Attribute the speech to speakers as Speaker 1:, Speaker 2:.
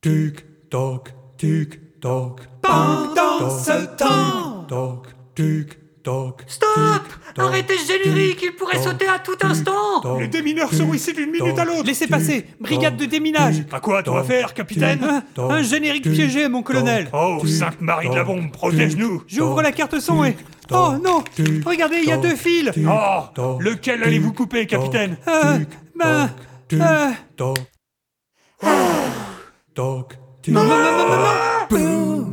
Speaker 1: Tic toc, tic toc.
Speaker 2: Pendant ce temps.
Speaker 1: Tic toc, tic toc.
Speaker 3: Stop Arrêtez ce générique, il pourrait sauter à tout instant.
Speaker 2: Les démineurs sont ici d'une minute à l'autre.
Speaker 4: Laissez passer, brigade de déminage.
Speaker 2: À quoi tu vas faire, capitaine
Speaker 4: Un- un générique piégé, mon colonel.
Speaker 2: Oh, Sainte Marie de la Bombe, protège-nous.
Speaker 4: J'ouvre la carte son et. Oh non Regardez, il y a deux fils
Speaker 2: Oh, lequel allez-vous couper, capitaine
Speaker 4: Euh, ben, euh.
Speaker 1: Toc, toc.
Speaker 4: Non, non, non, non, non, non.